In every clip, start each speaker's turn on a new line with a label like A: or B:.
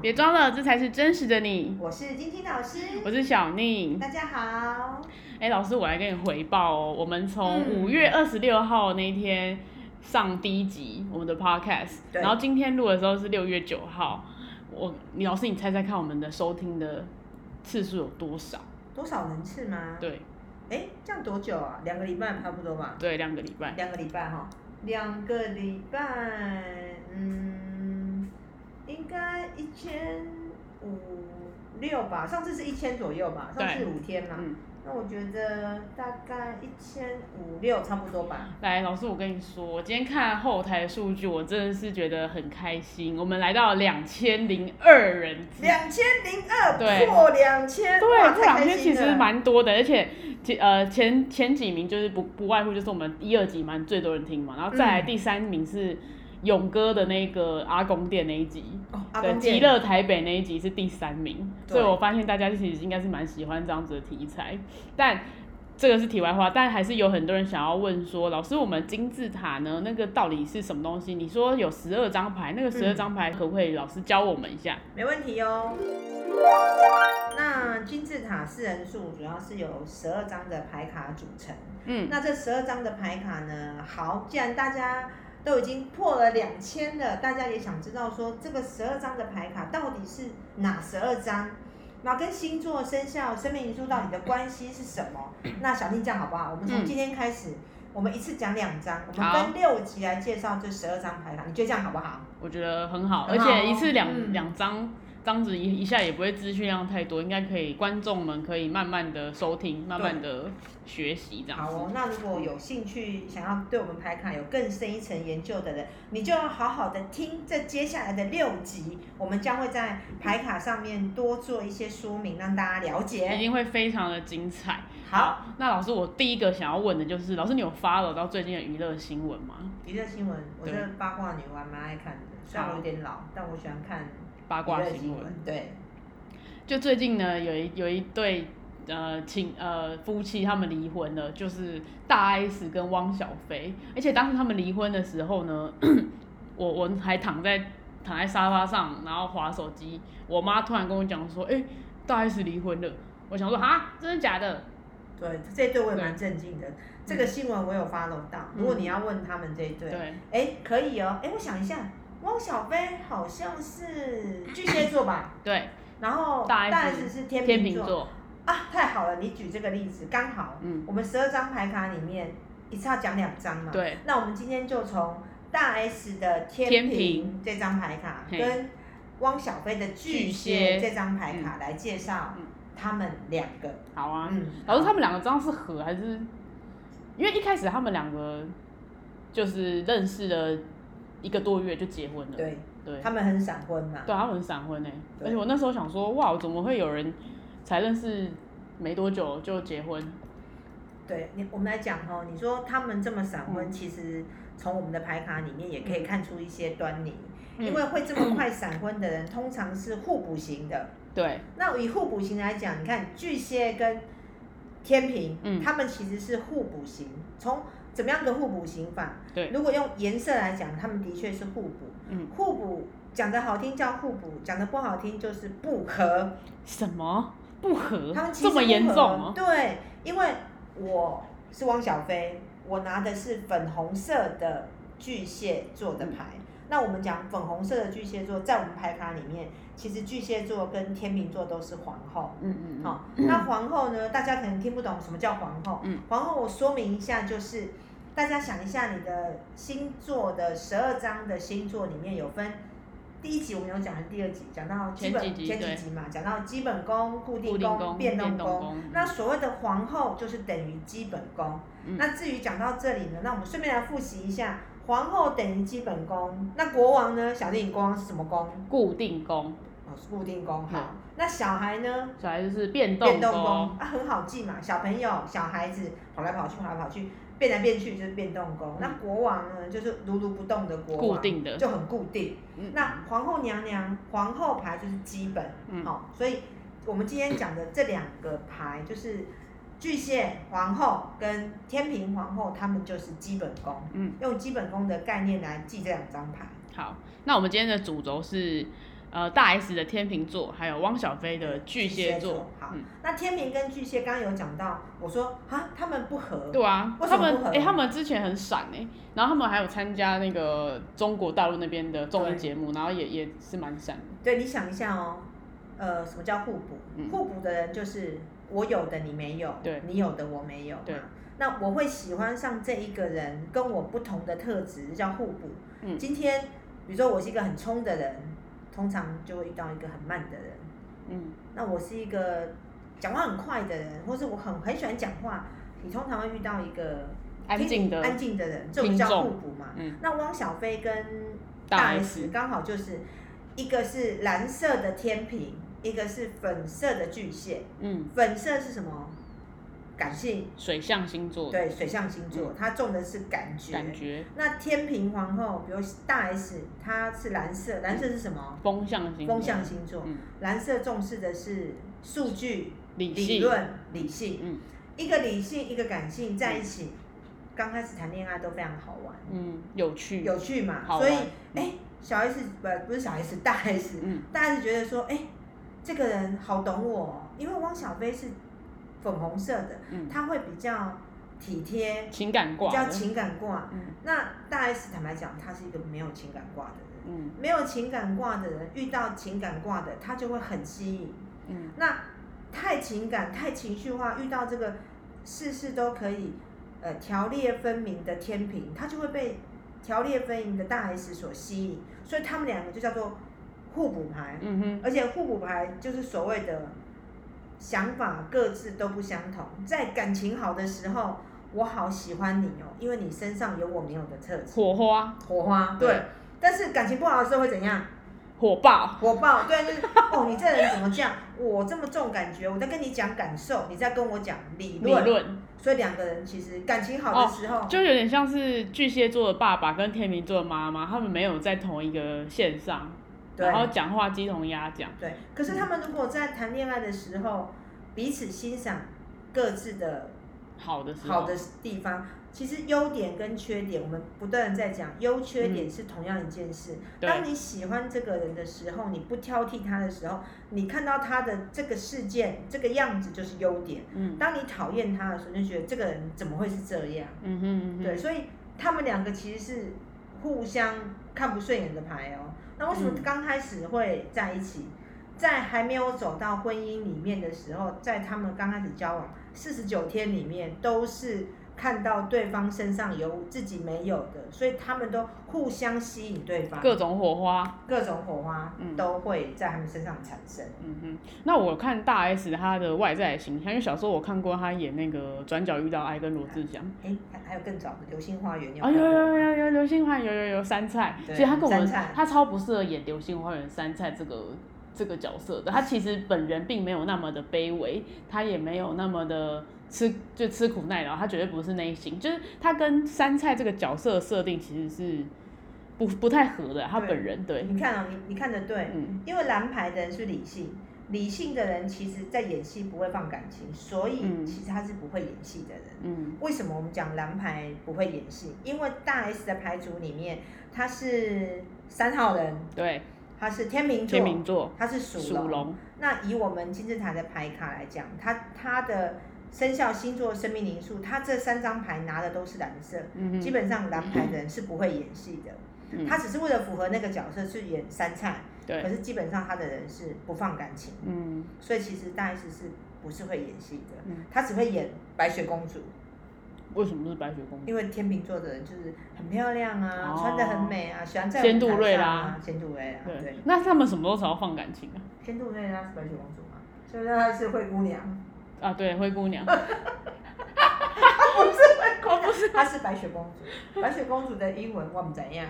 A: 别装了，这才是真实的你。
B: 我是晶晶老师，
A: 我是小宁。
B: 大家好。
A: 哎、老师，我来跟你回报哦。我们从五月二十六号那一天上第一集我们的 podcast，
B: 对
A: 然后今天录的时候是六月九号。我，你老师，你猜猜看我们的收听的次数有多少？
B: 多少人次吗？。
A: 对
B: 哎，这样多久啊？两个礼拜差不多吧。
A: 对，两个礼拜。
B: 两个礼拜哈。两个礼拜，嗯，应该一千五六吧。上次是一千左右吧，上次
A: 对
B: 五天嘛。
A: 嗯，
B: 那我觉得大概一千五六差不多吧。
A: 来，老师，我跟你说，我今天看后台数据，我真的是觉得很开心。我们来到两千零二人次，
B: 两千零二
A: 对
B: 破两千， 哇
A: 对，
B: 太
A: 这两
B: 开
A: 天其
B: 心
A: 实
B: 了。
A: 蛮多的，而且其呃前前几名就是不不外乎就是我们一二集蛮最多人听嘛，然后再来
B: 嗯
A: 第三名是勇哥的那个阿公店那一集，
B: 哦，阿
A: 对，
B: 公
A: 极
B: 店
A: 乐台北那一集是第三名，
B: 对
A: 所以我发现大家其实应该是蛮喜欢这样子的题材，但。这个是题外话，但还是有很多人想要问说，老师，我们金字塔呢，那个到底是什么东西？你说有十二张牌，那个十二
B: 嗯
A: 张牌可不可以老师教我们一下？
B: 没问题哦。那金字塔四人数主要是由十二张的牌卡组成。
A: 嗯，
B: 那这十二张的牌卡呢？好，既然大家都已经破了两千了，大家也想知道说这个十二张的牌卡到底是哪十二张？那跟星座、生肖、生命因素到底的关系是什么？那小丽这样好不好？我们从
A: 嗯
B: 今天开始，我们一次讲两张，我们
A: 好
B: 分六集来介绍这十二张牌卡，你觉得这样好不好？
A: 我觉得很好，
B: 很
A: 而
B: 好
A: 且一次两
B: 嗯
A: 两张张子一一下也不会资讯量太多，应该可以观众们可以慢慢的收听，慢慢的学习这样
B: 好
A: 子。
B: 哦，那如果有兴趣想要对我们牌卡有更深一层研究的人，你就要好好的听这接下来的六集，我们将会在牌卡上面多做一些说明，让大家了
A: 一
B: 解。
A: 定会非常的精彩。
B: 好，，
A: 那老师，我第一个想要问的就是，老师你有 follow 到最近的娱乐新闻吗？
B: 娱乐新闻，我
A: 对
B: 这八卦女我还蛮爱看的，虽然我有点老，但我喜欢看
A: 八卦
B: 娱乐
A: 新
B: 新
A: 闻。
B: 闻。对，
A: 就最近呢，有一有一对呃情呃夫妻他们离婚了，就是大 S 跟汪小菲，而且当时他们离婚的时候呢，我我还躺在躺在沙发上，然后划手机，我妈突然跟我讲说，哎、大 S 离婚了，我想说啊，真的假的？
B: 对，这一对我也蛮震惊的。这个新闻我有 follow 到，如果你要问他们这一对，
A: 嗯对，
B: 哎，可以哦。哎，我想一下，汪小菲好像是巨蟹座吧？
A: 对，
B: 然后
A: 大
B: 大
A: S-
B: S 是天
A: 天
B: 秤
A: 秤
B: 座
A: 座，
B: 啊，太好了，你举这个例子刚好，
A: 嗯，
B: 我们十二张牌卡里面一次要讲两张嘛，，
A: 对，
B: 那我们今天就从大 S 的
A: 天
B: 天
A: 平
B: 平这张牌卡
A: 嘿
B: 跟汪小菲的巨
A: 巨
B: 蟹
A: 蟹
B: 这张牌卡来介绍
A: 嗯
B: 他们两个，
A: 好啊。
B: 嗯，
A: 老师，他们两个这样是合还是？因为一开始他们两个就是认识了一个多月就结婚了，
B: 对，
A: 对，
B: 他们很闪婚嘛，
A: 对，他们很闪婚呢。欸
B: 对
A: 而且我那时候想说，哇，怎么会有人才认识没多久就结婚？
B: 对你，我们来讲哦，你说他们这么闪
A: 嗯
B: 婚，其实从我们的牌卡里面也可以看出一些端倪，
A: 嗯
B: 因为会这么快闪婚的 人，通常是互补型的。
A: 对，
B: 那以互补型来讲，你看巨蟹跟天平，
A: 嗯
B: 他们其实是互补型。从怎么样个互补型法？
A: 对
B: 如果用颜色来讲，他们的确是互补。
A: 嗯，
B: 互补讲的好听叫互补，讲的不好听就是不合。
A: 什么不合
B: 他们？其实
A: 这么严
B: 不
A: 重
B: 合
A: 哦、
B: 对，因为我是汪小菲，我拿的是粉红色的巨蟹座
A: 嗯
B: 的牌。那我们讲粉红色的巨蟹座，在我们牌卡里面，其实巨蟹座跟天秤座都是皇后。
A: 嗯嗯嗯，
B: 好、哦那皇后呢？大家可能听不懂什么叫皇后。
A: 嗯
B: 皇后我说明一下，就是大家想一下，你的星座的十二章的星座里面有分，第一集我们有讲，还是第二集讲到基本
A: 前几集
B: 前几集嘛，讲到基本宫、固
A: 固
B: 定
A: 定
B: 宫、
A: 宫、
B: 变动宫。
A: 宫，
B: 那所谓的皇后就是等于基本宫。
A: 嗯
B: 那至于讲到这里呢，那我们顺便来复习一下，皇后等于基本宫，那国王呢？小丽，你国王是什么宫？
A: 固定宫，
B: 哦，是固定宫。好
A: 嗯，
B: 那小孩呢？
A: 小孩就是变动
B: 变动
A: 宫。
B: 宫啊，很好记嘛，小朋友、小孩子跑来跑去，跑来跑去，变来变去就是变动宫。那国王呢，就是如如不动的国王，
A: 嗯固定的
B: 就很固定。
A: 嗯
B: 那皇后娘娘、皇后牌就是基本，好、
A: 嗯
B: 所以我们今天讲的这两个牌就是巨蟹皇后跟天平皇后，他们就是基本宫。
A: 嗯，
B: 用基本宫的概念来记这两张牌。
A: 好，那我们今天的主轴是呃大 S 的天秤座，还有汪小菲的巨蟹座。
B: 好，
A: 嗯
B: 那天平跟巨蟹刚刚有讲到，我说啊，他们不合，
A: 对啊，
B: 为什
A: 他
B: 么
A: 们
B: 不合
A: 哎、他们之前很闪哎、然后他们还有参加那个中国大陆那边的综艺
B: 对
A: 节目，然后也也是蛮闪的。
B: 对，你想一下哦，呃，什么叫互补？
A: 嗯
B: 互补的人就是我有的你没有，
A: 对
B: 你有的我没有嘛。
A: 对
B: 那我会喜欢上这一个人，跟我不同的特质这叫互补。
A: 嗯
B: 今天比如说我是一个很冲的人，通常就会遇到一个很慢的人。
A: 嗯，
B: 那我是一个讲话很快的人，或是我很很喜欢讲话，你通常会遇到一个
A: 安静的
B: 安静的人，这种
A: 听众
B: 叫互补嘛。
A: 嗯
B: 那汪小菲跟
A: 大 S
B: S 刚好就是一个是蓝色的天平，一个是粉色的巨蟹。
A: 嗯，
B: 粉色是什么？感性，
A: 水象星座
B: 对，水象星座，它重的是感觉。
A: 嗯感觉
B: 那天平皇后，比如大 S，她是蓝色，蓝色是什么？
A: 风象星座
B: 风象星座。
A: 嗯
B: 蓝色重视的是数据、
A: 理
B: 理
A: 性
B: 论、理性，
A: 嗯
B: 一个理性一个感性在一起，刚开始谈恋爱都非常好玩，
A: 嗯有趣
B: 有趣嘛。
A: 好
B: 所以，
A: 玩
B: 哎、小 S 不不是小 S，大 S，、
A: 嗯
B: 大 S 觉得说，哎、这个人好懂我哦，因为汪小菲是粉红色的，
A: 嗯
B: 他会比较体贴，
A: 情感
B: 比
A: 挂
B: 较
A: 的
B: 情感挂。
A: 嗯
B: 那大 S 坦白讲，他是一个没有情感挂的人。
A: 嗯
B: 没有情感挂的人遇到情感挂的，他就会很吸引。
A: 嗯
B: 那太情感、太情绪化，遇到这个事事都可以呃条列分明的天平，他就会被条列分明的大 S 所吸引，所以他们两个就叫做互补牌，
A: 嗯哼
B: 而且互补牌就是所谓的想法各自都不相同，在感情好的时候，我好喜欢你哦，因为你身上有我没有的特质，
A: 火花
B: 火花对
A: 对。
B: 但是感情不好的时候会怎样？
A: 火爆
B: 火爆，对，就是 哦，你这人怎么这样？我这么重感觉，我在跟你讲感受，你在跟我讲理
A: 理
B: 论，哦
A: 论。哦
B: 所以两个人其实感情好的时候，
A: 就有点像是巨蟹座的爸爸跟天秤座的妈妈，他们没有在同一个线上，
B: 对
A: 然后讲话鸡同鸭讲，
B: 对。可是他们如果在谈恋爱的时候，彼此欣赏各自的
A: 好的时候，
B: 好的地方，其实优点跟缺点，我们不断的在讲，优缺点是同样一件事。
A: 对
B: 当你喜欢这个人的时候，你不挑剔他的时候，你看到他的这个事件、这个样子就是优点。
A: 嗯
B: 当你讨厌他的时候，你就觉得这个人怎么会是这样？
A: 嗯哼嗯哼，
B: 对，所以他们两个其实是互相看不顺眼的牌哦。那为什么
A: 嗯
B: 刚开始会在一起？在还没有走到婚姻里面的时候，在他们刚开始交往四十九天里面，都是看到对方身上有自己没有的，所以他们都互相吸引对方，
A: 各种火花，
B: 各种火花
A: 嗯
B: 都会在他们身上产生。
A: 嗯哼。那我看大 S 她的外在形象，因为小时候我看过她演那个《转角遇到爱》跟罗志祥，
B: 哎、还还有更早的《流星花嗯园》你有
A: 啊
B: 看
A: 有
B: 过吗，
A: 有有有流星花园有有有杉菜，
B: 对
A: 其实她跟我们
B: 杉菜
A: 她超不适合演流星花园杉菜这个。这个角色的，她其实本人并没有那么的卑微，她也没有那么的吃就吃苦耐劳，她绝对不是那一型。就是她跟杉菜这个角色的设定其实是不不太合的，她
B: 对
A: 本人对，
B: 你看啊、你你看的对，
A: 嗯
B: 因为蓝牌的人是理性，理性的人其实在演戏不会放感情，所以
A: 嗯
B: 其实他是不会演戏的人。
A: 嗯
B: 为什么我们讲蓝牌不会演戏？因为大 S 的牌组里面，他是三号人，
A: 对，
B: 他是天秤
A: 天
B: 座，
A: 秤座
B: 他是
A: 属
B: 属龙。
A: 龙，
B: 那以我们金字塔的牌卡来讲，他他的生肖、星座、生命灵数，他这三张牌拿的都是蓝色，
A: 嗯哼
B: 基本上蓝牌的人是不会演戏的。
A: 嗯
B: 他只是为了符合那个角色去演三菜，可
A: 对，
B: 是基本上他的人是不放感情，
A: 嗯
B: 所以其实大 S 是不是会演戏的？
A: 嗯，
B: 她只会演白雪公主，
A: 为什么是白雪公主？
B: 因为天秤座的人就是很漂亮啊，
A: 哦
B: 穿得很美啊，喜欢在
A: 仙杜
B: 舞台
A: 瑞
B: 上
A: 拉
B: 啊，仙杜瑞拉，
A: 对
B: 对，，
A: 那他们什么时候才要放感情啊？
B: 仙杜瑞拉是白雪公主嘛，所以她是灰姑娘，
A: 啊，对，灰 姑娘，
B: 她不是灰姑
A: 哦
B: 娘，不是， 她是白雪公主，白雪公主的英文我们怎样？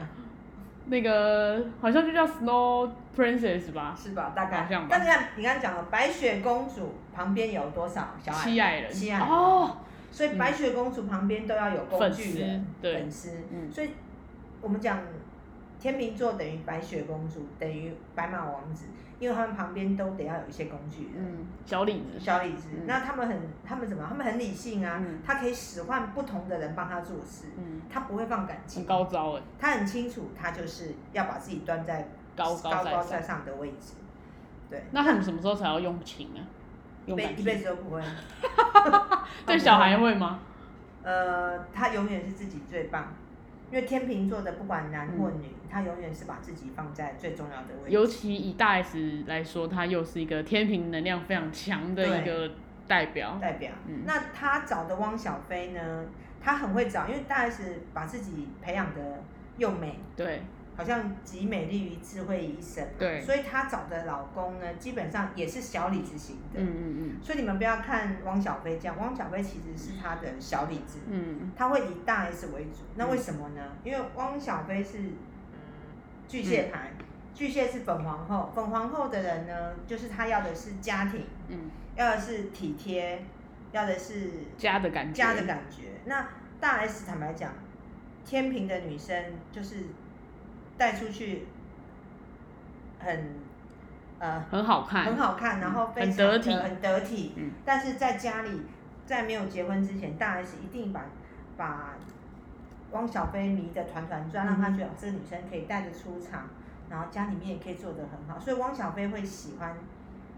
A: 那个好像就叫 Snow Princess 吧，
B: 是吧？大概
A: 好像吧，
B: 但你看你刚刚讲了白雪公主旁边有多少小矮人
A: 七矮人，
B: 七矮人
A: 哦，
B: 所以白雪公主旁边都要有工具人、
A: 粉丝对
B: 粉丝。
A: 嗯
B: 所以我们讲天秤座等于白雪公主，等于白马王子，因为他们旁边都得要有一些工具人。
A: 嗯，小李子，
B: 小李子，
A: 嗯
B: 那他们很，他们怎么？他们很理性啊，
A: 嗯
B: 他可以使唤不同的人帮他做事，
A: 嗯，
B: 他不会放感情，
A: 很高招哎，
B: 他很清楚，他就是要把自己端在
A: 高
B: 高
A: 在
B: 在上的位置。对，
A: 那他们什么时候才要用情啊？
B: 一
A: 用
B: 辈
A: 感
B: 一
A: 情
B: 辈子都不会。
A: 对小孩会吗？
B: 呃，他永远是自己最棒，因为天秤座的不管男或
A: 嗯
B: 女，他永远是把自己放在最重要的位置。
A: 尤其以大 S 来说，她又是一个天平能量非常强的一个代表。
B: 代表。
A: 嗯
B: 那他找的汪小菲呢？他很会找，因为大 S 把自己培养的又美，
A: 对，
B: 好像集美丽于智慧于一身嘛。
A: 对
B: 所以她找的老公呢，基本上也是小李子型的。
A: 嗯嗯
B: 所以你们不要看汪小菲这样，汪小菲其实是他的小李子，
A: 嗯
B: 他会以大 S 为主。那为什么呢？因为汪小菲是巨蟹
A: 嗯
B: 牌，巨蟹是本皇后，本皇后的人呢，就是他要的是家庭，
A: 嗯嗯，
B: 要的是体贴，要的是
A: 家的感觉，
B: 家的感觉。那大 S 坦白讲，天平的女生就是带出去很呃
A: 很好看，
B: 很好看，然后非常
A: 很得
B: 的
A: 体
B: 很得体
A: 嗯
B: 但是在家里，在没有结婚之前，大 S 一定把把汪小菲迷得团团转，让她觉得哦这个女生可以带着出场，然后家里面也可以做得很好，所以汪小菲会喜欢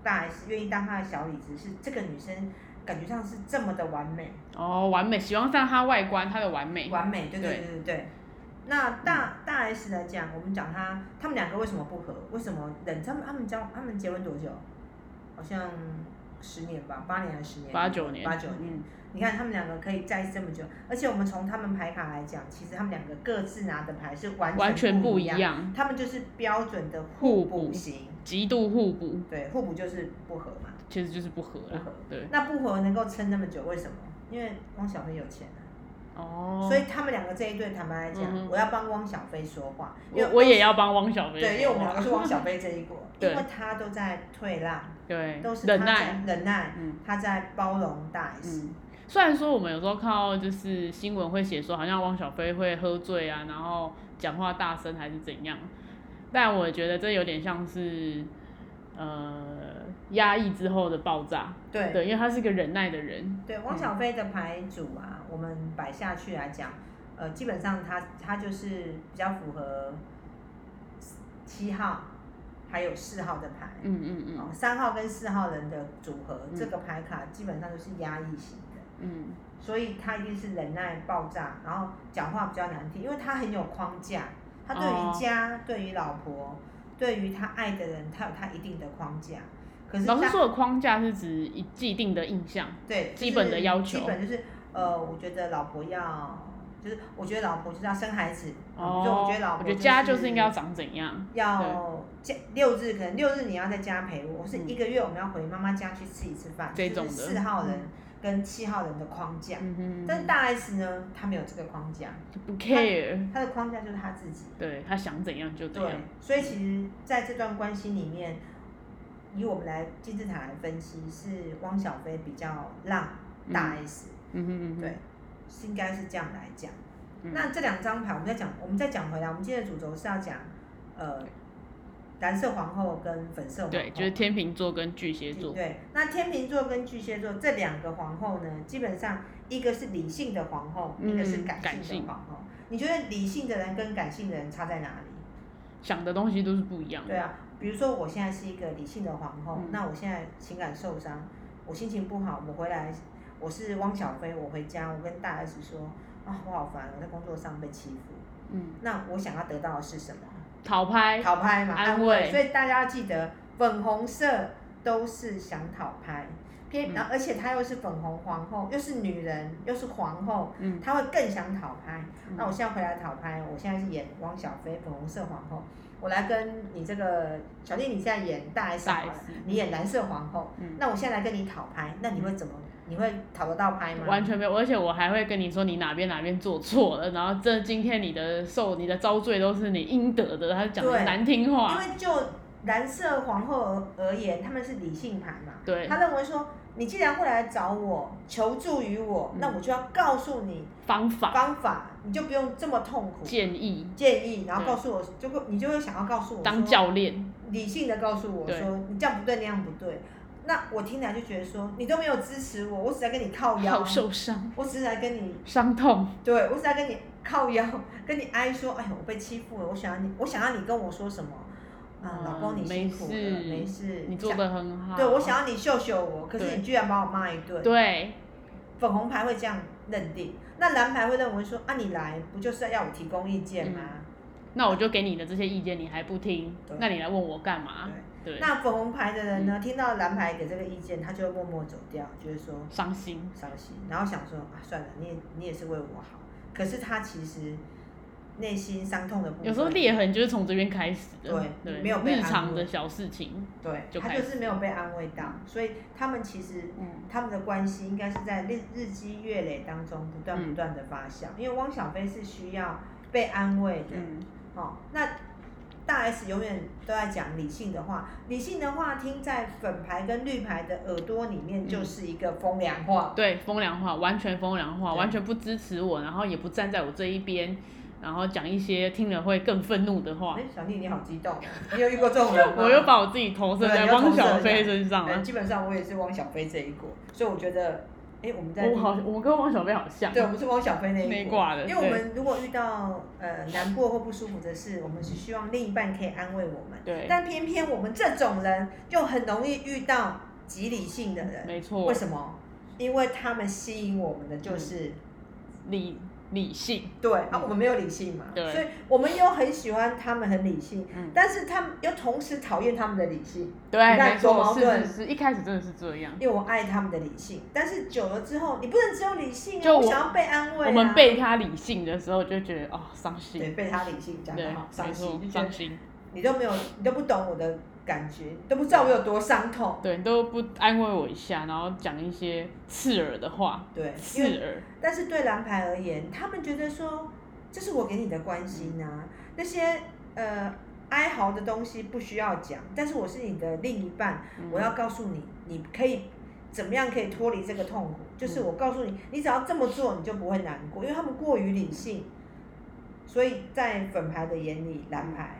B: 大 S，愿意当她的小李子，是这个女生感觉上是这么的完美，
A: 哦，完美，喜欢上她外观，她的完美，
B: 完美，对对
A: 对嗯
B: 对对对。那大大 S 来讲，我们讲她，他们两个为什么不合？为什么冷？他们他们交他们结婚多久？好像十年吧，八年还是十年？
A: 八九年，
B: 八九年。
A: 嗯，
B: 你看他们两个可以在一起这么久，而且我们从他们牌卡来讲，其实他们两个各自拿的牌是完
A: 完全
B: 不
A: 不
B: 一
A: 一
B: 样，
A: 样，
B: 他们就是标准的互
A: 互补
B: 补型。
A: 极度互补，
B: 对，互补就是不合嘛。
A: 其实就是不合
B: 不
A: 啦
B: 合。
A: 对，
B: 那不合能够撑那么久，为什么？因为汪小菲有钱啊。
A: 哦，
B: 所以他们两个这一对，坦白来讲，
A: 嗯哼
B: 我要帮汪小菲说话，因
A: 我
B: 为
A: 我也要帮汪小菲说话，
B: 对，因为我们两个是汪小菲这一国，因
A: 对
B: 为他都在退让，
A: 对
B: 都是他
A: 忍
B: 在
A: 耐，
B: 忍耐，
A: 嗯
B: 他在包容大 S，、
A: 嗯。虽然说我们有时候看到就是新闻会写说，好像汪小菲会喝醉啊，然后讲话大声还是怎样，但我觉得这有点像是呃压抑之后的爆炸。
B: 对
A: 对，因为他是一个忍耐的人。
B: 对，汪小菲的牌组啊，我们摆下去来讲，呃，基本上他他就是比较符合七号还有四号的牌，
A: 嗯嗯
B: 哦
A: 嗯，
B: 三号跟四号人的组合，
A: 嗯
B: 这个牌卡基本上都是压抑型的。
A: 嗯，
B: 所以他一定是忍耐爆炸，然后讲话比较难听，因为他很有框架，他对
A: 哦
B: 于家、对于老婆、对于他爱的人，他有他一定的框架。可是
A: 老师
B: 他
A: 说的框架是指一既定的印象。
B: 对就是
A: 基本的要求
B: 基本就是呃，我觉得老婆要，就是我觉得老婆就是要生孩子，
A: 哦，
B: 就我觉得老婆、
A: 我觉得家就是应该要长怎样。
B: 要家六日，可能六日你要在家陪我，我是
A: 嗯
B: 一个月我们要回妈妈家去吃一次饭，
A: 这种的
B: 四号人跟七号人的框架。
A: 嗯哼，
B: 但是大 S 呢，她没有这个框架，
A: 就不 care，
B: 他的框架就是他自己。
A: 对他想怎样就怎
B: 对
A: 样。，
B: 所以其实在这段关系里面，以我们来金字塔来分析，是汪小菲比较让大 S，、
A: 嗯哼嗯哼，
B: 对，是应该是这样来讲。
A: 嗯
B: 那这两张牌，我们再讲，我们再讲回来，我们今天的主轴是要讲，呃，蓝色皇后跟粉色皇后。
A: 对，就是天秤座跟巨蟹座。
B: 对，那天秤座跟巨蟹座这两个皇后呢，基本上一个是理性的皇后，
A: 嗯
B: 一个是感
A: 感
B: 性
A: 性
B: 的皇后。你觉得理性的人跟感性的人差在哪里？
A: 想的东西都是不一样的。
B: 对啊，比如说我现在是一个理性的皇后，
A: 嗯
B: 那我现在情感受伤，我心情不好，我回来，我是汪小菲，我回家，我跟大 S 说啊，我好烦，我在工作上被欺负。
A: 嗯，
B: 那我想要得到的是什么？
A: 讨拍，
B: 讨拍嘛，
A: 安
B: 安
A: 慰
B: 所以大家要记得，粉红色都是想讨拍。偏，
A: 嗯
B: 然后而且她又是粉红皇后，又是女人，又是皇后，
A: 嗯
B: 她会更想讨拍。
A: 嗯
B: 那我现在回来讨拍，我现在是演汪小菲，粉红色皇后。我来跟你这个小弟，你现在演大 S，,
A: 大
B: 好了
A: S
B: 你演蓝色皇后。
A: 嗯
B: 那我现在来跟你讨拍，那你会怎么？你会讨得到拍吗？
A: 完全没有，而且我还会跟你说你哪边哪边做错了，然后这今天你的受你的遭罪都是你应得的，他讲的
B: 对
A: 难听
B: 因
A: 话，
B: 为就蓝色皇后而而言，他们是理性牌嘛，
A: 对
B: 他认为说，你既然会来找我求助于我，
A: 嗯
B: 那我就要告诉你
A: 方法
B: 方法，你就不用这么痛苦。
A: 建议
B: 建议，然后
A: 对
B: 告诉我，就会你就会想要告诉我
A: 当
B: 说
A: 教练，
B: 理性的告诉我
A: 对
B: 说，你这样不对，那样不对。那我听来就觉得说，你都没有支持我，我只在跟你靠腰
A: 好，受伤
B: 我只是来跟你，
A: 伤痛，
B: 对我只是来 跟你靠腰，跟你哀说，哎呦，我被欺负了，我想要你，我想要你跟我说什么，啊，
A: 嗯
B: 老公你
A: 没
B: 辛苦了，
A: 事
B: 没事，
A: 你做
B: 想
A: 的很好。
B: 对我想要你秀秀我，可是
A: 对
B: 你居然把我骂一顿。
A: 对
B: 粉红牌会这样认定，那蓝牌会认为说啊，你来不就是要我提供意见吗？
A: 嗯那我就给你的这些意见，你还不听
B: 对，
A: 那你来问我干嘛？对，
B: 那粉红牌的
A: 嗯
B: 人呢，听到蓝牌给这个意见，他就会默默走掉，就是说
A: 伤心。
B: 伤心，然后想说啊，算了，你也你也是为我好，可是他其实内心伤痛的部分，
A: 有时候裂痕就是从这边开始的，
B: 对没有被
A: 日
B: 安
A: 常
B: 慰
A: 的小事情，
B: 对，
A: 就
B: 他
A: 开
B: 就
A: 始
B: 是没有被安慰到，所以他们其实
A: 嗯，
B: 他们的关系应该是在日日积月累当中不断
A: 嗯
B: 不断的发酵，因为汪小菲是需要被安慰的，
A: 嗯，
B: 哦，那大 S 永远都在讲理性的话，理性的话听在粉牌跟绿牌的耳朵里
A: 嗯
B: 面就是一个风凉话。
A: 对，风凉话，完全风凉话，
B: 对
A: 完全不支持我，然后也不站在我这一边，然后讲一些听了会更愤怒的话
B: 哎、，小弟你好激动哦，你有遇过这种人吗？
A: 我啊又把我自己投射
B: 对
A: 在
B: 你又投
A: 汪
B: 射
A: 小
B: 一
A: 菲
B: 下
A: 身上
B: 哎
A: 了。
B: 基本上我也是汪小菲这一国，所以我觉得，哎、我们在
A: 我好，我跟汪小菲好像，
B: 对，我们是汪小菲那
A: 那
B: 一
A: 一
B: 国
A: 挂的
B: 因为我
A: 对
B: 们如果遇到呃难过或不舒服的事，我们是希望另一半可以安慰我们，
A: 对，
B: 但偏偏我们这种人就很容易遇到极理性的人，
A: 没错
B: 为，什么？因为他们吸引我们的就是、
A: 理理性，
B: 对啊，
A: 嗯
B: 我们没有理性嘛，
A: 对
B: 所以我们又很喜欢他们很理性，
A: 嗯，
B: 但是他们又同时讨厌他们的理性，
A: 对，
B: 你看
A: 没
B: 多
A: 错，
B: 矛
A: 是
B: 盾
A: 是是，一开始真的是这样，
B: 因为我爱他们的理性，但是久了之后，你不能只有理性啊，
A: 就
B: 我
A: 我
B: 想要被安慰、啊，
A: 我们被他理性的时候就觉得哦伤
B: 对
A: 心，
B: 被他理性讲
A: 对
B: 的好，伤
A: 没
B: 心，
A: 错，
B: 就觉
A: 伤
B: 得
A: 心，
B: 你都没有，你都不懂我的感觉，你都不知道我有多伤痛，
A: 对，你都不安慰我一下，然后讲一些刺耳的话，
B: 对，因为
A: 刺耳，
B: 但是对蓝牌而言，他们觉得说这是我给你的关心啊，那些呃哀嚎的东西不需要讲，但是我是你的另一半，
A: 嗯
B: 我要告诉你，你可以怎么样可以脱离这个痛苦，就是
A: 嗯
B: 我告诉你，你只要这么做，你就不会难过，因为他们过于理性，所以在粉牌的眼里，蓝牌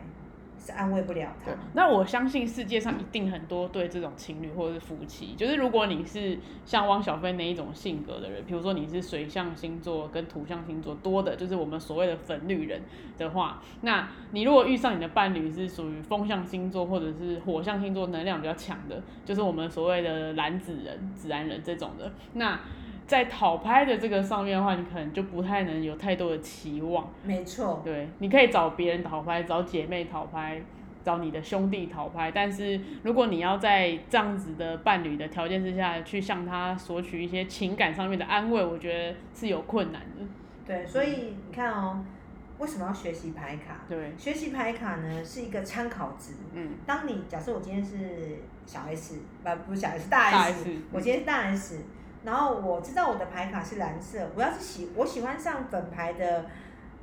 B: 是安慰不了他
A: 嗯对。，那我相信世界上一定很多对这种情侣或者是夫妻，就是如果你是像汪小菲那一种性格的人，比如说你是水象星座跟土象星座多的，就是我们所谓的粉绿人的话，那你如果遇上你的伴侣是属于风象星座或者是火象星座能量比较强的，就是我们所谓的蓝子人、紫蓝人这种的，那在讨拍的这个上面的话，你可能就不太能有太多的期望。
B: 没错，
A: 对，你可以找别人讨拍，找姐妹讨拍，找你的兄弟讨拍。但是如果你要在这样子的伴侣的条件之下去向他索取一些情感上面的安慰，我觉得是有困难的。
B: 对，所以你看哦，为什么要学习牌卡？
A: 对，
B: 学习牌卡呢是一个参考值。
A: 嗯，
B: 当你假设我今天是小 S，不不是小 S 大 S，,
A: 大 S，
B: 我今天是大 S，然后我知道我的牌卡是蓝色，我要是喜我喜欢上粉牌的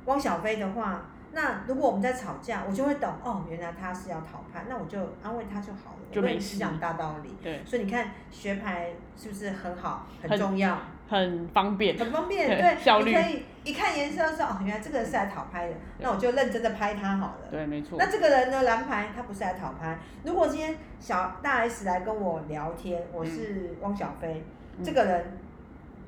B: 汪小菲的话，那如果我们在吵架，我就会懂哦，原来他是要讨牌，那我就安慰他就好了，
A: 就
B: 我也
A: 没
B: 只
A: 事
B: 讲大道理。
A: 对，
B: 所以你看学牌是不是很好，很
A: 很
B: 重要？
A: 很方便。
B: 很方 便，
A: 对
B: 对，
A: 效
B: 你
A: 率
B: 可以一看颜色说哦，原来这个人是来讨拍的，那我就认真的拍他好了。
A: 对，没错
B: 那。这个人呢，蓝牌他不是来讨拍。如果今天小大 S 来跟我聊天，我是汪小菲，
A: 嗯
B: 这个人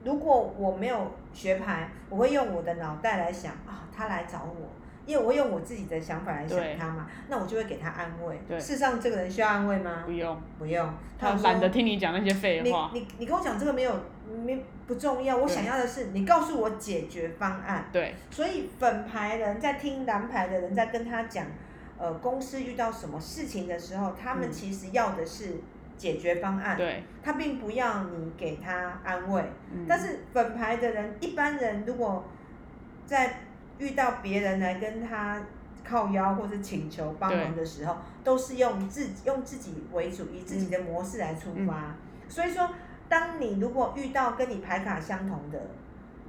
B: 如果我没有学牌，我会用我的脑袋来想啊、他来找我。因为我会用我自己的想法来想
A: 对
B: 他嘛，那我就会给他安慰。
A: 对
B: 事实上，这个人需要安慰吗
A: 不？用，
B: 不用，
A: 他
B: 有说
A: 懒得听你讲那些废
B: 你
A: 话。
B: 你你跟我讲这个没有没不重要，我
A: 对
B: 想要的是你告诉我解决方案。
A: 对，
B: 所以粉牌人在听蓝牌的人在跟他讲，呃，公司遇到什么事情的时候，他们
A: 嗯
B: 其实要的是解决方案，
A: 对，
B: 他并不要你给他安慰。
A: 嗯，
B: 但是粉牌的人，一般人如果在遇到别人来跟他靠腰或者请求帮忙的时候，都是用自己用自己为主，以自己的模式来出发。所以说，当你如果遇到跟你牌卡相同的，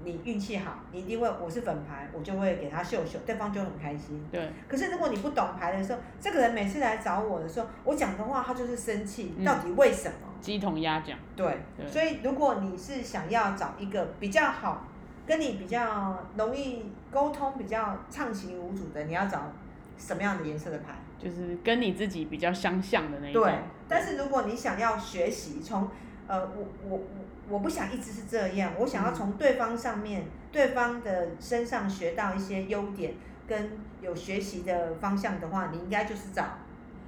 B: 你运气好，你一定会我是粉牌，我就会给他秀秀，对方就很开心。
A: 对，
B: 可是如果你不懂牌的时候，这个人每次来找我的时候，我讲的话他就是生气，
A: 嗯
B: 到底为什么？
A: 鸡同鸭讲，
B: 对，
A: 对
B: 所以如果你是想要找一个比较好、跟你比较容易沟通、比较畅行无阻的，你要找什么样的颜色的牌？
A: 就是跟你自己比较相像的那一种。
B: 对，但是如果你想要学习，从呃，我我我我不想一直是这样，我想要从对方上面、对方的身上学到一些优点，跟有学习的方向的话，你应该就是找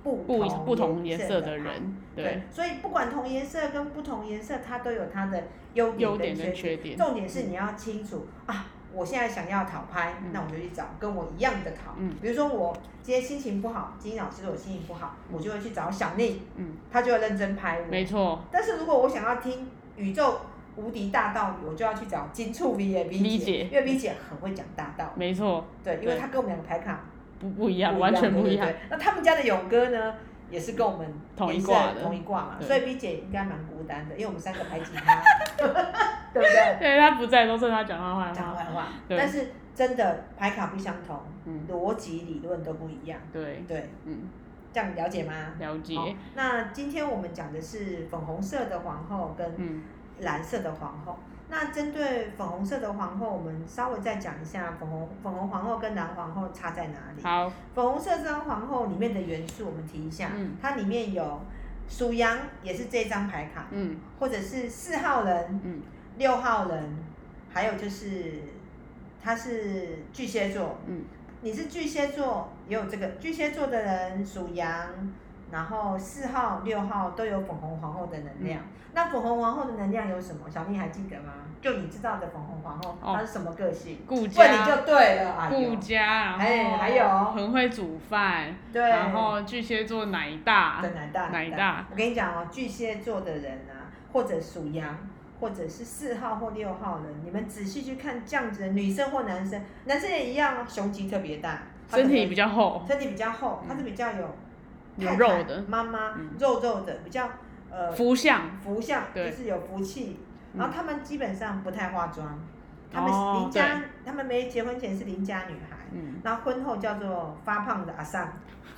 B: 不
A: 不
B: 同
A: 不同颜色
B: 的
A: 的人，
B: 对
A: 对，，
B: 所以不管同颜色跟不同颜色，它都有它的优
A: 优
B: 点
A: 点
B: 跟
A: 跟
B: 缺
A: 缺
B: 点。
A: 点
B: 重点是你要清楚啊，我现在想要讨拍，
A: 嗯
B: 那我就去找跟我一样的讨。
A: 嗯
B: 比如说我今天心情不好，今天老师说我心情不好，我就会去找小丽，
A: 嗯，
B: 她就会认真拍我。
A: 没错。
B: 但是如果我想要听宇宙无敌大道理，我就要去找金触 V 也 V
A: 理
B: 姐，
A: 解
B: 因为 V 姐很会讲大道理。
A: 没错，
B: 对，因为
A: 对
B: 她跟我们两个排卡
A: 不不一样，完全不一样
B: 对。对对那他们家的勇哥呢，也是跟我们
A: 同一
B: 颜色
A: 挂的
B: 同一挂嘛，
A: 对
B: 所以 B 姐应该蛮孤单的，因为我们三个排挤她， 对不对？
A: 对他不在都是他讲他坏
B: 讲
A: 话，
B: 坏话，
A: 对
B: 但是真的牌卡不相同，
A: 嗯，
B: 逻辑理论都不一样，
A: 对，
B: 对，
A: 嗯，
B: 这样了解吗？
A: 了解，
B: 好那今天我们讲的是粉红色的皇后跟
A: 嗯
B: 蓝色的皇后。那针对粉红色的皇后，我们稍微再讲一下粉红粉红皇后跟蓝皇后差在哪里。
A: 好，
B: 粉红色这张皇后里面的元素，我们提一下，
A: 嗯
B: 它里面有属羊，也是这张牌卡，
A: 嗯
B: 或者是四号人、
A: 嗯
B: 六号人，还有就是他是巨蟹座，
A: 嗯
B: 你是巨蟹座，也有这个巨蟹座的人属羊，然后四号、六号都有粉红皇后的能量。
A: 嗯
B: 那粉红皇后的能量有什么？小丽还记得吗？就你知道的粉红皇后，
A: 哦
B: 她是什么个性？
A: 顾
B: 问你
A: 家
B: 就对了，哎
A: 顾
B: 呦，
A: 家，然
B: 哎
A: 后
B: 还有
A: 很会煮饭，
B: 对，
A: 然后巨蟹座奶大
B: 对，，奶大，
A: 啊奶大。
B: 我跟你讲哦，巨蟹座的人啊，或者属羊，或者是四号或六号人，你们仔细去看这样子的女生或男生，男生也一样哦，胸肌特别大，他
A: 身
B: 可
A: 体
B: 能
A: 比较厚，
B: 身体比较厚，
A: 嗯
B: 他是比较有
A: 有
B: 太太
A: 肉的
B: 妈妈
A: 嗯，
B: 肉肉的，比较呃
A: 福相，
B: 福相，就
A: 对
B: 是有福气。
A: 嗯
B: 然后他们基本上不太化妆，他们是
A: 哦
B: 邻家，他们没结婚前是邻家女孩。
A: 嗯，
B: 然后婚后叫做发胖的阿 桑，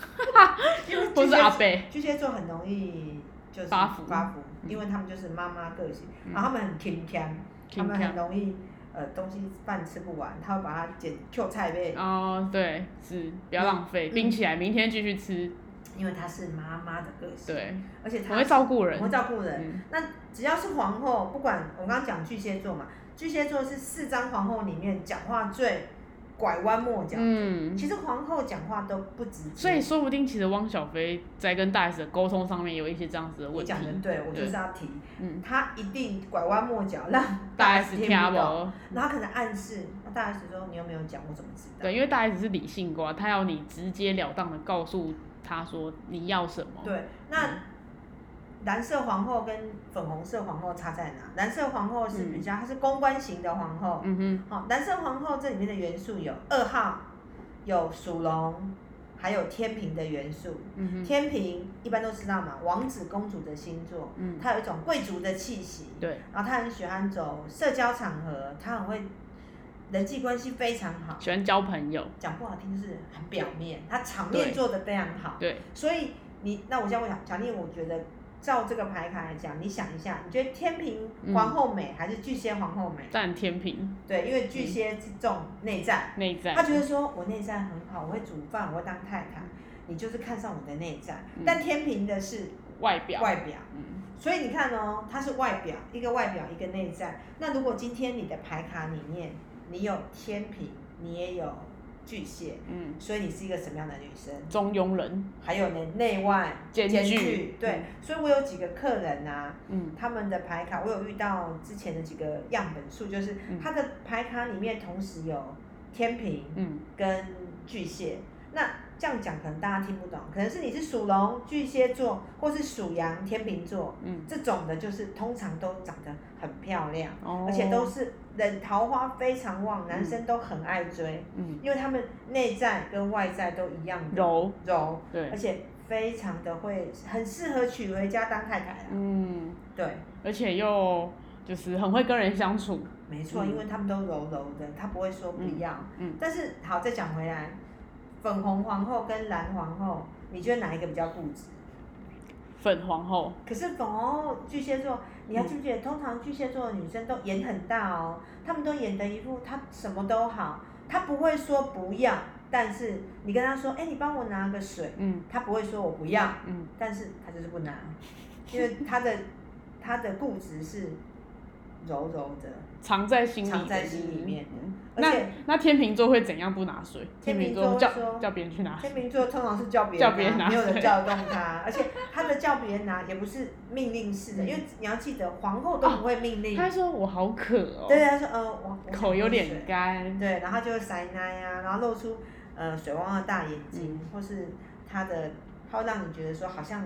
B: 因为
A: 或
B: 巨
A: 是
B: 蟹
A: 阿贝，
B: 巨蟹座很容易就是
A: 发福
B: 发福，
A: 嗯
B: 因为他们就是妈妈个性，
A: 嗯
B: 然后他们很勤俭，他们很
A: 勤俭
B: 容易呃东西饭吃不完，他会把它捡旧菜呗，
A: 哦，对，是不要浪费，
B: 嗯
A: 冰起来，明天继续吃，
B: 因为她是妈妈的个性，
A: 对，
B: 而且
A: 我
B: 她
A: 会照顾人
B: 我，会照顾人。
A: 嗯
B: 那只要是皇后，不管我刚刚讲巨蟹座嘛，巨蟹座是四张皇后里面讲话最拐弯抹角。
A: 嗯，
B: 其实皇后讲话都不直接，
A: 所以说不定其实汪小菲在跟大 S 的沟通上面有一些这样子的
B: 你
A: 问题
B: 讲，的对，我就是
A: 对
B: 要提，
A: 嗯，
B: 她一定拐弯抹角让家
A: 大 S
B: 听
A: 听
B: 不懂。
A: 不。
B: 然后可能暗示，那大 S 说你又没有讲，我怎么知道？
A: 对，因为大 S 是理性瓜，他要你直截了当的告诉他说你要什么。
B: 对，那蓝色皇后跟粉红色皇后差在哪？蓝色皇后是比较，她是公关型的皇后。
A: 嗯哼，
B: 好、蓝色皇后这里面的元素有二号，有属龙，还有天平的元素。
A: 嗯哼，
B: 天平一般都知道嘛，王子公主的星座，
A: 嗯，
B: 它有一种贵族的气息。
A: 对，
B: 然后她很喜欢走社交场合，她很会人际关系非常好。
A: 喜欢交朋友，
B: 讲不好听就是很表面，他场面
A: 对
B: 做得非常好。
A: 对，
B: 所以你那我现在问小小丽，我觉得照这个牌卡来讲，你想一下，你觉得天平皇后美还是巨蟹皇后美？
A: 但天平
B: 对，因为巨蟹是重内在，
A: 内在，
B: 他觉得说我内在很好，我会煮饭，我会当太太，你就是看上我的内在。
A: 嗯
B: 但天平的是
A: 外表，
B: 外表，
A: 嗯，
B: 所以你看哦，它是外表，一个外表，一个内在。那如果今天你的牌卡里面你有天平，你也有巨蟹，
A: 嗯，
B: 所以你是一个什么样的女生？
A: 中庸人，
B: 还有呢，内外
A: 兼具
B: 对，
A: 嗯
B: 所以我有几个客人啊，
A: 嗯，
B: 他们的牌卡，我有遇到之前的几个样本数，就是
A: 嗯
B: 他的牌卡里面同时有天平
A: 嗯，
B: 跟巨蟹。那这样讲可能大家听不懂，可能是你是属龙、巨蟹座，或是属羊、天秤座，
A: 嗯，
B: 这种的就是通常都长得很漂亮，
A: 哦，
B: 而且都，是人桃花非常旺，男
A: 嗯
B: 生都很爱追，
A: 嗯，
B: 因为他们内在跟外在都一样的
A: 柔，
B: 柔，而
A: 对，
B: 且非常的会，很适合娶回家当太太啊。
A: 嗯，
B: 对，
A: 而且又就是很会跟人相处，
B: 没错，
A: 嗯
B: 因为他们都柔柔的，他不会说不要。
A: 嗯嗯
B: 但是好，再讲回来，粉红皇后跟蓝皇后，你觉得哪一个比较固执？
A: 粉皇后，
B: 可是粉红后巨蟹座，你还记不记得？通常巨蟹座的女生都演很大哦，她们都演的一副她什么都好，她不会说不要，但是你跟她说，哎、你帮我拿个水，
A: 嗯
B: 她不会说我不要，
A: 嗯，
B: 但是他就是不拿，因为他的他的固执是柔柔的，
A: 藏在心里的，
B: 藏在心里面
A: 嗯。
B: 而
A: 那
B: 且
A: 那天秤座会怎样不拿水？
B: 天秤
A: 秤座
B: 座
A: 会
B: 会
A: 叫
B: 说
A: 叫别人去拿水
B: 天。秤座通常是叫别人
A: 叫别人拿
B: 没有人
A: 水
B: 叫得动他，而且他的叫别人拿也不是命令式的，因为你要记得皇后都不会命令，
A: 嗯他还说我好渴哦，
B: 对，他说呃我我想
A: 口有
B: 喝
A: 点
B: 水
A: 干，
B: 对，然后就会塞奶啊，然后露出呃水汪汪的大眼睛，
A: 嗯
B: 或是他的，他会让你觉得说好像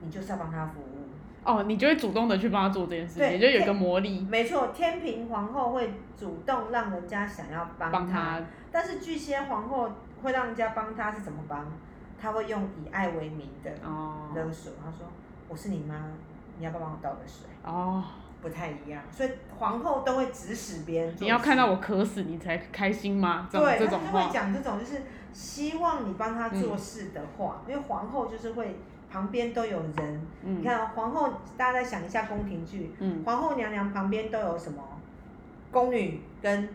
B: 你就是要帮他服务。
A: 哦，你就会主动的去帮他做这件事情，
B: 对
A: 也就有一个
B: 天
A: 魔力
B: 没错，天平皇后会主动让人家想要帮
A: 帮
B: 他，
A: 他。
B: 但是巨蟹皇后会让人家帮他是怎么帮？他会用以爱为名的
A: 哦
B: 勒索，他说我是你妈，你要不要帮我倒个水？
A: 哦，
B: 不太一样，所以皇后都会指使别人。
A: 你要看到。我渴死你才开心吗？这种
B: 对，
A: 这
B: 他
A: 种
B: 就会
A: 话，
B: 讲这种就是希望你帮他做事的话，因为皇后就是会旁边都有人。你
A: 嗯
B: 看哦皇后，大家再想一下宫廷剧，
A: 嗯，
B: 皇后娘娘旁边都有什么宫女跟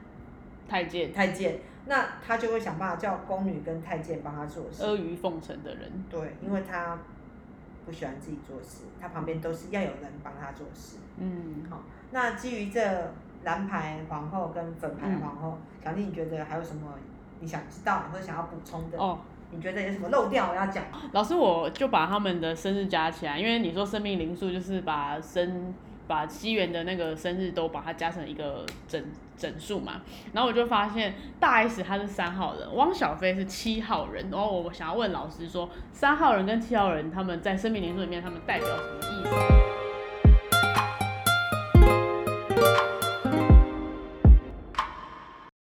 A: 太监，
B: 太监，那她就会想办法叫宫女跟太监帮她做事。
A: 阿谀奉承的人，
B: 对，因为她不喜欢自己做事，她旁边都是要有人帮她做事。
A: 嗯，
B: 好，那基于这蓝牌皇后跟粉牌
A: 嗯
B: 皇后，小丽，你觉得还有什么你想知道或者想要补充的？
A: 哦，
B: 你觉得有什么漏掉我要讲？
A: 老师，我就把他们的生日加起来，因为你说生命灵数就是把生把西元的那个生日都把它加成一个整整数嘛。然后我就发现大 S 她是三号人，汪小菲是七号人。然后我想要问老师说，三号人跟七号人他们在生命灵数里面他们代表什么意思？